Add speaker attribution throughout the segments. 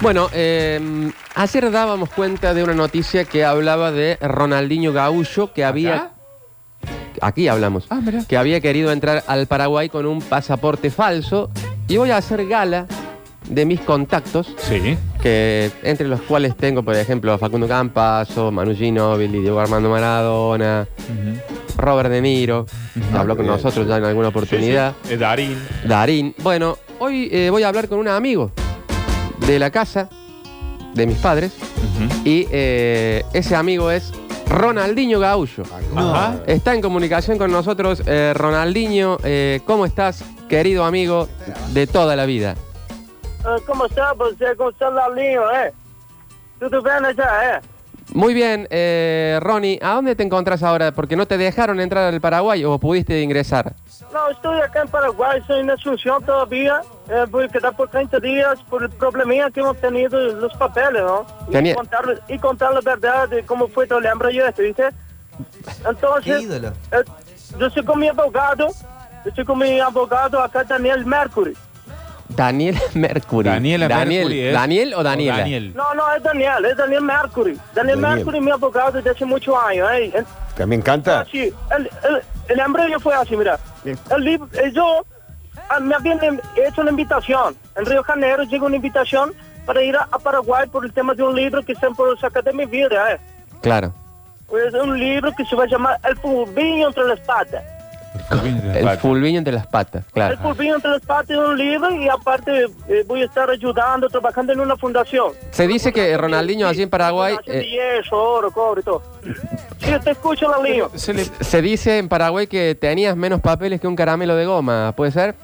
Speaker 1: Bueno, eh, ayer dábamos cuenta de una noticia que hablaba de Ronaldinho Gaullo que había. Aquí hablamos.
Speaker 2: Ah, mirá.
Speaker 1: que había querido entrar al Paraguay con un pasaporte falso. Y voy a hacer gala de mis contactos,
Speaker 2: Sí.
Speaker 1: que entre los cuales tengo, por ejemplo, a Facundo Campaso, Manu Ginóbili, Diego Armando Maradona, Robert De Niro, que habló con
Speaker 3: bien.
Speaker 1: nosotros ya en alguna oportunidad.
Speaker 2: Eh, Darín.
Speaker 1: Darín. Bueno, hoy eh, voy a hablar con un amigo de la casa de mis padres y eh, ese amigo es Ronaldinho Gaullo.
Speaker 2: Ah, Ajá.
Speaker 1: Está en comunicación con nosotros eh, Ronaldinho. eh, ¿Cómo estás, querido amigo de toda la vida?
Speaker 4: Ah, Como está você? Como está Lalinho, é? Tudo bem né, já, é?
Speaker 1: Muy bien, eh, Ronnie, ¿a dónde te encontrás ahora? Porque no te dejaron entrar al Paraguay o pudiste ingresar.
Speaker 4: Não, estou aqui em Paraguai, estou em Assunção todavia. É, vou quedar por 30 dias por probleminha que eu tenho nos papéis, não?
Speaker 1: Tenía-
Speaker 4: E, contar, e contar a verdade, como foi, tu lembra isso, viste? Então,
Speaker 3: Qué ídolo.
Speaker 4: eu, eu sou com meu advogado, eu sou com meu advogado, acá Daniel Mercury.
Speaker 1: Daniel Mercury.
Speaker 2: Daniela
Speaker 1: Daniel,
Speaker 2: Mercury es-
Speaker 1: Daniel o Daniela.
Speaker 2: ¿eh? Daniel.
Speaker 4: Não, não, é Daniel, é Daniel Mercury. Daniel,
Speaker 3: Daniel.
Speaker 4: Mercury, meu advogado, desde muito anos, hein?
Speaker 3: Que me encanta.
Speaker 4: Sí, el, el, el hambre yo fue así, mira. El, lib- eh, yo ah, me habían em- hecho una invitación. En Río Janeiro llegó una invitación para ir a, a Paraguay por el tema de un libro que se por sacar de mi vida. eh.
Speaker 1: Claro.
Speaker 4: Es un libro que se va a llamar El Pulvillo entre las patas.
Speaker 1: El fulviño entre las patas,
Speaker 4: El
Speaker 1: claro.
Speaker 4: Pulvillo entre las patas es un libro y aparte eh, voy a estar ayudando, trabajando en una fundación.
Speaker 1: Se dice que Ronaldinho allí en Paraguay...
Speaker 4: Fundación
Speaker 1: eh,
Speaker 4: de yeso, oro, cobre y todo. Sí, te escucho, Lalinho.
Speaker 2: Se le-
Speaker 1: Se dice en Paraguay que tenías menos papeles que un caramelo de goma, ¿puede ser?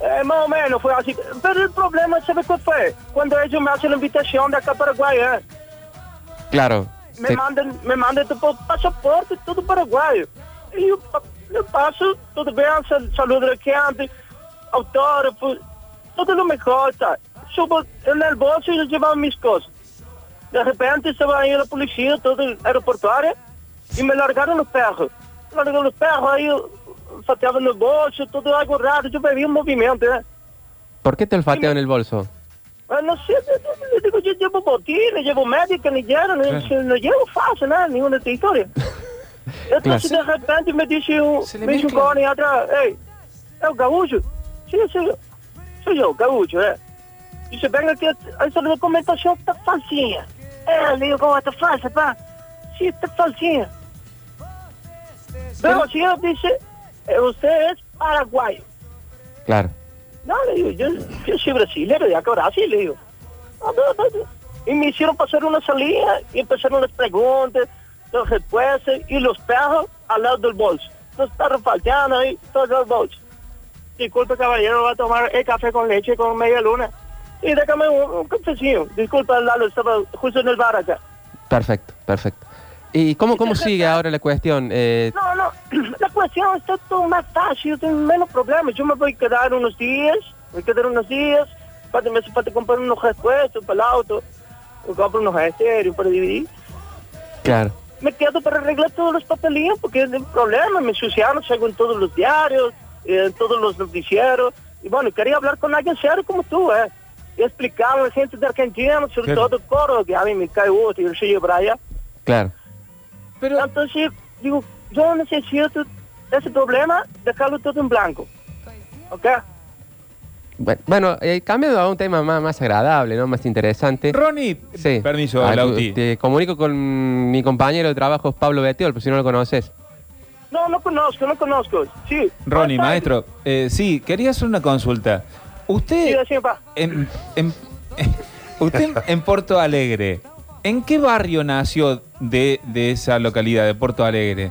Speaker 4: É, mais ou menos, foi assim. Mas o problema, sabe qual foi? Quando eles me fazem a invitação da cá paraguaia,
Speaker 1: Claro.
Speaker 4: me
Speaker 1: Se-
Speaker 4: mandam, me mandam tipo, passaporte, tudo paraguaio. E eu, pa- eu passo, tudo bem, sal- saludo quente, autógrafo, tudo não me corta. tá? Subo no bolso e levo minhas coisas. De repente, se vai a polícia, toda aeroportuária, e me largaram no ferro. Largaram no ferro, aí eu fateava no bolso, tudo algo raro, eu bebi um movimento, né?
Speaker 1: ¿Por qué te olfateo en el bolso?
Speaker 4: Ah, não sei, eu- eu- eu digo, eu llevo botina, llevo médica, não llevo, não, se não llevo fácil, né? Nenhuma dessa história. Então,
Speaker 1: Claro.
Speaker 4: se de repente me disse um,
Speaker 2: Se
Speaker 4: me
Speaker 2: ele
Speaker 4: disse um
Speaker 2: mescla.
Speaker 4: cone atrás, ei, é o gaúcho? Sim, sim, sou eu, gaúcho, é. Disse, bem aqui, essa documentação tá falsinha. É, ali, como tá falsa, pá? Sim, tá falsinha. Bem, assim, eu disse, "Eh, você é paraguaio.
Speaker 1: Claro.
Speaker 4: No, le digo, yo, yo soy brasileño, de acá Brasil, le digo. Ah, no, no, no. Y me hicieron pasar una salida y empezaron las preguntas, los respuestas y los perros al lado del bolso. Los perros falteando ahí, todos los bolsos. Disculpe, caballero, va a tomar el café con leche con media luna. Y déjame un, un cafecillo. Disculpa, Lalo, estaba justo en el bar acá.
Speaker 1: Perfecto, perfecto. ¿Y cómo, cómo sigue ahora la cuestión? Eh,
Speaker 4: No, no, la cuestión está todo más fácil, yo tengo menos problemas. Yo me voy a quedar unos días, me voy a quedar unos días, para, me hace falta comprar unos repuestos para el auto, me compro unos estéreos para dividir.
Speaker 1: claro.
Speaker 4: Me quedo para arreglar todos los papelillos porque es un problema, me ensuciaron, salgo en todos los diarios, eh, en todos los noticieros. Y bueno, quería hablar con alguien serio como tú, ¿eh? Y explicarle a la gente de Argentina, sobre
Speaker 2: Claro.
Speaker 4: todo Córdoba, que a mí me cae gusto, yo soy de para allá.
Speaker 1: Claro.
Speaker 2: Pero
Speaker 4: Entonces, digo, yo necesito ese problema, dejarlo todo en blanco. ¿Ok?
Speaker 1: Bueno, Bueno, eh, cambiando a un tema más, más agradable, ¿no? Más interesante.
Speaker 2: Ronnie,
Speaker 1: Sí.
Speaker 2: permiso,
Speaker 1: Ah, tú-
Speaker 2: Lauti.
Speaker 1: Te comunico con mi compañero de trabajo, Pablo Betiol, por si no lo conoces.
Speaker 4: No, no conozco, no conozco. Sí.
Speaker 2: Ronnie,
Speaker 4: Basta-
Speaker 2: maestro, eh, sí, quería hacer una consulta.
Speaker 4: Sí,
Speaker 2: Usted
Speaker 4: así va.
Speaker 2: en, en- usted en- en Porto Alegre, ¿en qué barrio nació de, de esa localidad, de Porto Alegre?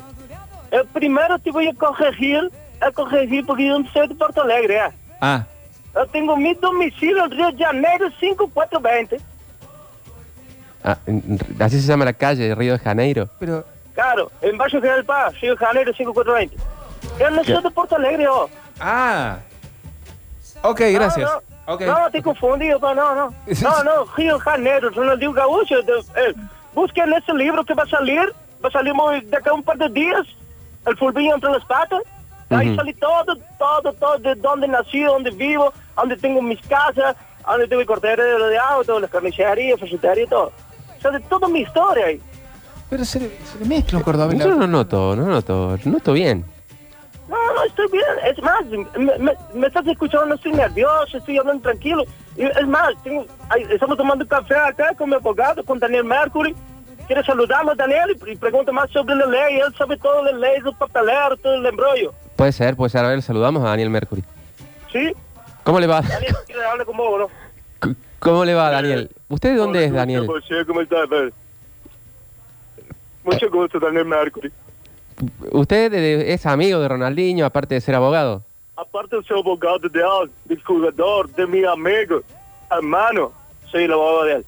Speaker 4: Eh, primero te voy a corregir, a corregir porque yo no soy de Porto Alegre. ¿eh?
Speaker 2: Ah,
Speaker 4: Yo tengo mi domicilio en Río de Janeiro 5420.
Speaker 1: Ah, en- así se llama la calle, de Río de Janeiro.
Speaker 2: pero
Speaker 4: Claro, en Baixo General Paz, Río de Janeiro 5420. Yo no soy de Porto Alegre, ¿oh?
Speaker 2: ah. Ok, gracias.
Speaker 4: No, no,
Speaker 2: Ok.
Speaker 4: no, te confundí, yo, no, no. No, no, Rio de Janeiro, Ronaldinho Gaúcho. de- eh, busquen ese libro que va a salir, va a salir muy- de acá un par de días, El Fulvillo entre las patas. Ahí
Speaker 1: Ujú.
Speaker 4: sale todo, todo, todo, de dónde nací, dónde vivo, dónde tengo mis casas, a donde tuve cortadero de auto, las carnicerías, ferretería y todo. O sea, de toda mi historia ahí.
Speaker 2: Pero se le, se le mezcla un cordobés.
Speaker 1: Yo no noto, no noto, noto bien.
Speaker 4: No, no, estoy bien. Es más, me, me- me estás escuchando, no estoy nervioso, estoy hablando tranquilo. Y es más, tengo- ay, estamos tomando café acá con mi abogado, con Daniel Mercury. Quiero saludarlo, Daniel, y, y pregunto más sobre la ley. Él sabe todo la ley, los papeleros, todo el embrollo.
Speaker 1: Puede ser, puede ser. A ver, saludamos a Daniel Mercury.
Speaker 4: ¿Sí?
Speaker 1: ¿Cómo le va?
Speaker 4: Daniel, quiero hablar con vos, ¿no?
Speaker 1: C- ¿Cómo le va, Daniel? ¿Usted de dónde es, Daniel?
Speaker 4: ¿Cómo estás? Eh, Mucho gusto, Daniel Mercury.
Speaker 1: ¿Usted eh, es amigo de Ronaldinho, aparte de ser abogado?
Speaker 4: Aparte de ser abogado de él, del jugador, de mi amigo, hermano, soy el abogado de él.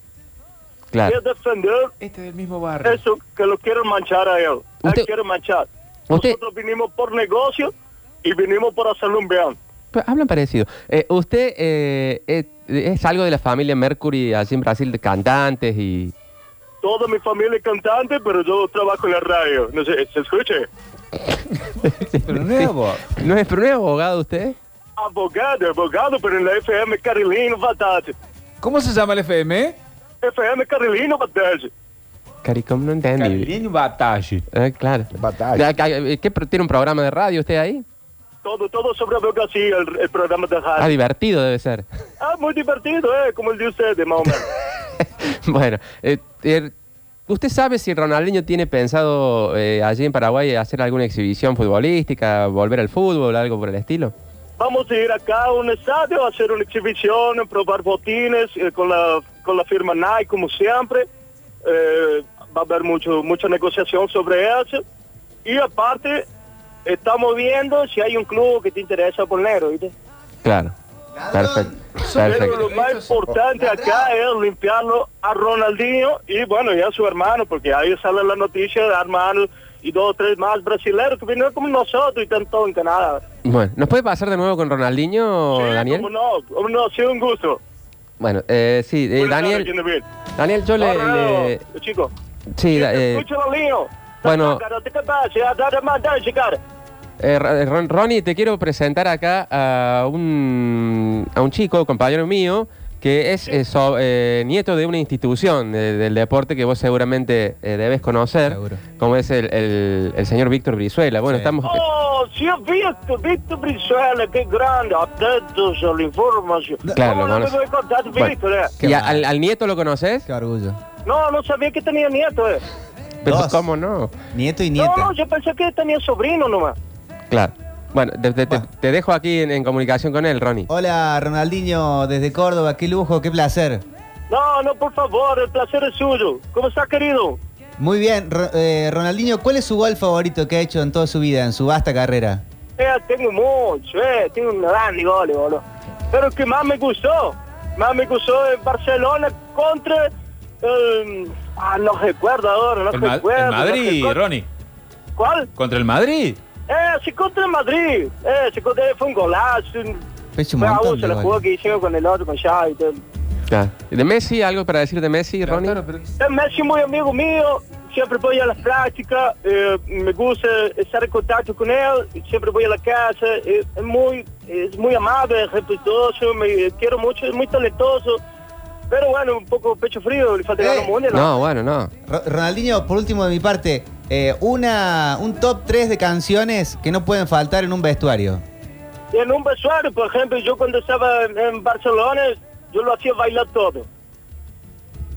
Speaker 1: Claro.
Speaker 4: Quiero defender
Speaker 2: Este es del mismo barrio.
Speaker 4: eso que lo quieren manchar a él. Él
Speaker 1: Usted-
Speaker 4: quiere manchar.
Speaker 1: Usted-
Speaker 4: Nosotros vinimos por negocio y vinimos por hacerle un bien.
Speaker 1: Pero hablan parecido. Eh, ¿Usted eh, es, es algo de la familia Mercury allí en Brasil, de cantantes y...?
Speaker 4: Toda mi familia es cantante, pero yo trabajo en la radio. No sé, ¿se escucha?
Speaker 1: Este
Speaker 2: Pero no es abogado.
Speaker 1: ¿No es, pero no es abogado usted?
Speaker 4: Abogado, abogado, pero en la FM Carolina Batalla.
Speaker 2: ¿Cómo se llama el FM?
Speaker 4: FM Carolina Batalla.
Speaker 1: Caricom, no entendí.
Speaker 2: Carlinho Batalle.
Speaker 1: Eh, claro.
Speaker 3: Batalla.
Speaker 1: ¿Qué, qué- ¿Tiene un programa de radio usted ahí?
Speaker 4: Todo, todo sobre abogacía, el, el programa de
Speaker 1: Ah,
Speaker 4: radio.
Speaker 1: divertido debe ser.
Speaker 4: Ah, muy divertido, eh, como el de ustedes, más o menos.
Speaker 1: bueno, eh, eh, ¿usted sabe si Ronaldinho tiene pensado eh, allí en Paraguay hacer alguna exhibición futbolística, volver al fútbol, algo por el estilo?
Speaker 4: Vamos a ir acá a un estadio a hacer una exhibición, a probar botines eh, con, la, con la firma Nike, como siempre. Eh, va a haber mucho, mucha negociación sobre eso. Y aparte, estamos viendo si hay un club que te interesa poner, ¿oíste?
Speaker 1: Claro. Perfecto.
Speaker 4: Pero lo
Speaker 1: Perfecto.
Speaker 4: más importante acá es limpiarlo a Ronaldinho y bueno, y a su hermano, porque ahí sale la noticia de hermanos y dos o tres más brasileños que vinieron como nosotros y tanto en Canadá.
Speaker 1: Bueno, ¿nos puede pasar de nuevo con Ronaldinho,
Speaker 4: Sí,
Speaker 1: Oh, Daniel?
Speaker 4: cómo no, cómo no, ha sido un gusto.
Speaker 1: Bueno, eh, sí, eh,
Speaker 4: Buenas tardes,
Speaker 1: Daniel,
Speaker 4: Kinder Bill.
Speaker 1: Daniel, yo le...
Speaker 4: Hola,
Speaker 1: le-
Speaker 4: Chico.
Speaker 1: sí, da- eh,
Speaker 4: Escucha lo mío.
Speaker 1: bueno.
Speaker 4: Cara, te capaz, ya, dale más, dale, chicar.
Speaker 1: eh, Ra- Ron- Ronnie, te quiero presentar acá a un, a un chico, compañero mío, que es eh, so- eh, nieto de una institución de- del deporte que vos seguramente eh, debes conocer,
Speaker 2: Seguro.
Speaker 1: como es el, el- el señor Víctor Brizuela. Bueno,
Speaker 2: Sí.
Speaker 1: estamos...
Speaker 4: Oh, sí, he visto, Víctor Brizuela, qué grande, atentos a la información.
Speaker 1: eh, Claro,
Speaker 4: ¿Cómo
Speaker 1: lo
Speaker 4: no me
Speaker 1: conoce.
Speaker 4: voy a contar,
Speaker 1: Bueno.
Speaker 4: Víctor, eh?
Speaker 1: ¿Y a- al, al nieto lo conoces?
Speaker 3: Qué orgullo.
Speaker 4: No, no sabía que tenía nieto, eh.
Speaker 1: Pero
Speaker 3: Dos.
Speaker 1: ¿cómo no?
Speaker 3: Nieto y
Speaker 4: No,
Speaker 3: nieta.
Speaker 4: no, yo pensé que tenía sobrino nomás.
Speaker 1: Claro. Bueno, te, te- te-
Speaker 3: Bueno.
Speaker 1: te dejo aquí en, en comunicación con él, Ronnie.
Speaker 2: Oh.
Speaker 3: Hola, Ronaldinho, desde Córdoba. Qué lujo, qué placer.
Speaker 4: No, no, por favor, el placer es suyo. ¿Cómo está, querido?
Speaker 3: Muy bien, Ro- eh, Ronaldinho, ¿cuál es su gol favorito que ha hecho en toda su vida, en su vasta carrera?
Speaker 4: Eh, tengo mucho, eh, tengo un gran gol, boludo. Pero el que más me gustó, más me gustó en Barcelona contra eh, ah, no recuerdo ahora, no
Speaker 2: El, Ma- el
Speaker 4: recuerdo. no
Speaker 2: Madrid,
Speaker 4: recuerdo.
Speaker 2: Ronnie.
Speaker 4: ¿Cuál?
Speaker 2: ¿Contra el Madrid?
Speaker 4: Eh, sí contra el Madrid, eh, sí contra fue un golazo, un-
Speaker 3: Fue hecho un
Speaker 4: fue a
Speaker 3: montón
Speaker 4: uso
Speaker 3: de
Speaker 4: la jugada
Speaker 3: goles.
Speaker 4: que hicieron con el otro, con Xavi y todo.
Speaker 1: Claro. ¿De Messi? ¿Algo para decir de Messi, Ronnie?
Speaker 2: Claro, pero-
Speaker 4: Eh, Messi es muy amigo mío, siempre voy a las prácticas, eh, me gusta estar en contacto con él, siempre voy a la casa, eh, es muy, es muy amable, respetuoso, é me quiero mucho, es muy talentoso, pero bueno, un poco pecho frío, le falta
Speaker 3: Eh,
Speaker 4: ganar un mundial.
Speaker 1: No, bueno, no.
Speaker 3: Ro- Ronaldinho, por último de mi parte, eh, una, un top 3 de canciones que no pueden faltar en un vestuario.
Speaker 4: Y en un vestuario, por ejemplo, yo cuando estaba en- en Barcelona, yo lo hacía bailar todo.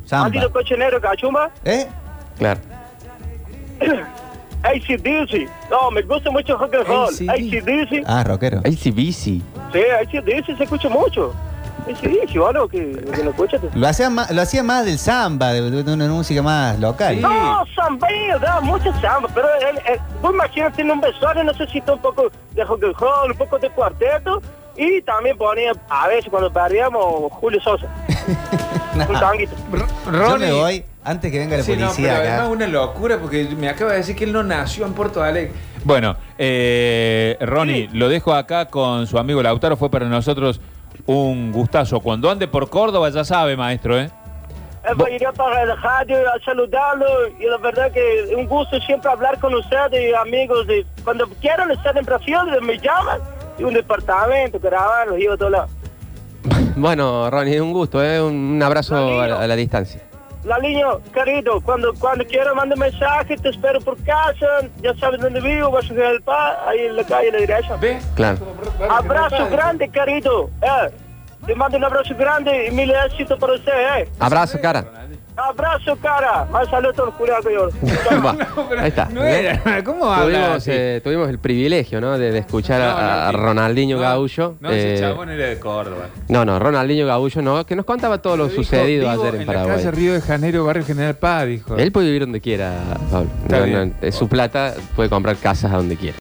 Speaker 3: Samba.
Speaker 4: Maldito cochinero, cachumba,
Speaker 3: ¿Eh?
Speaker 1: Claro.
Speaker 4: ACDC, no, me gusta mucho rock and roll,
Speaker 2: AC/DC.
Speaker 4: ACDC,
Speaker 3: Ah, rockero.
Speaker 1: ACBC.
Speaker 4: sí, ACDC se escucha mucho. ACDC, bueno, que, que lo escuchaste.
Speaker 3: Lo hacía, ma- lo hacía más del samba, de, de una música más local.
Speaker 2: Sí.
Speaker 4: No, sambaío, da mucho samba, pero el, el, vos imagínate en un vestuario necesita un poco de rock and roll, un poco de cuarteto y también ponía a veces cuando perdíamos Julio Sosa, un tanguito.
Speaker 2: R-
Speaker 3: Yo
Speaker 2: Ronnie.
Speaker 3: me voy antes que venga la
Speaker 2: Sí, no, pero
Speaker 3: policía acá.
Speaker 2: además es una locura porque me acaba de decir que él no nació en Puerto Alegre. Bueno, eh, Ronnie, lo dejo acá con su amigo Lautaro. Fue para nosotros un gustazo. Cuando ande por Córdoba, ya sabe, maestro, ¿eh?
Speaker 4: Eh, voy a ir para la radio a saludarlo y la verdad que es un gusto siempre hablar con ustedes, amigos. De, cuando quieran estar en Brasil, me llaman y un departamento, caravana, los llevo a todos lados.
Speaker 1: Bueno, Ronnie, un gusto, ¿eh? un abrazo a la, a la distancia.
Speaker 4: Laliño, querido, cuando, cuando quiero manda mensaje, te espero por casa, ya sabes dónde vivo, vas a el pa, ahí en la calle de la iglesia.
Speaker 2: ¿Ves?
Speaker 1: Claro.
Speaker 4: Abrazo grande, querido. Eh. Te mando un abrazo grande y mil éxitos para usted, eh.
Speaker 1: Abrazo, cara.
Speaker 4: Abrazo, cara. Más saludos al culiado que yo.
Speaker 1: Va, Ahí está.
Speaker 2: No era, ¿Cómo habla
Speaker 1: Tuvimos,
Speaker 2: así?
Speaker 1: eh, tuvimos el privilegio ¿no? de, de escuchar
Speaker 2: No,
Speaker 1: a-
Speaker 2: no,
Speaker 1: a,
Speaker 2: sí.
Speaker 1: Ronaldinho
Speaker 2: No,
Speaker 1: Gaullo.
Speaker 2: No, ese
Speaker 1: eh,
Speaker 2: chabón era de Córdoba.
Speaker 1: no, no, Ronaldinho Gaullo no, que nos contaba todo lo
Speaker 2: Dijo,
Speaker 1: sucedido
Speaker 2: vivo
Speaker 1: ayer en,
Speaker 2: la
Speaker 1: Paraguay.
Speaker 2: calle Río de Janeiro, barrio General Paz, dijo.
Speaker 1: Él puede vivir donde quiera, Pablo.
Speaker 2: Está
Speaker 1: No,
Speaker 2: bien.
Speaker 1: no, es su plata puede comprar casas a donde quiera.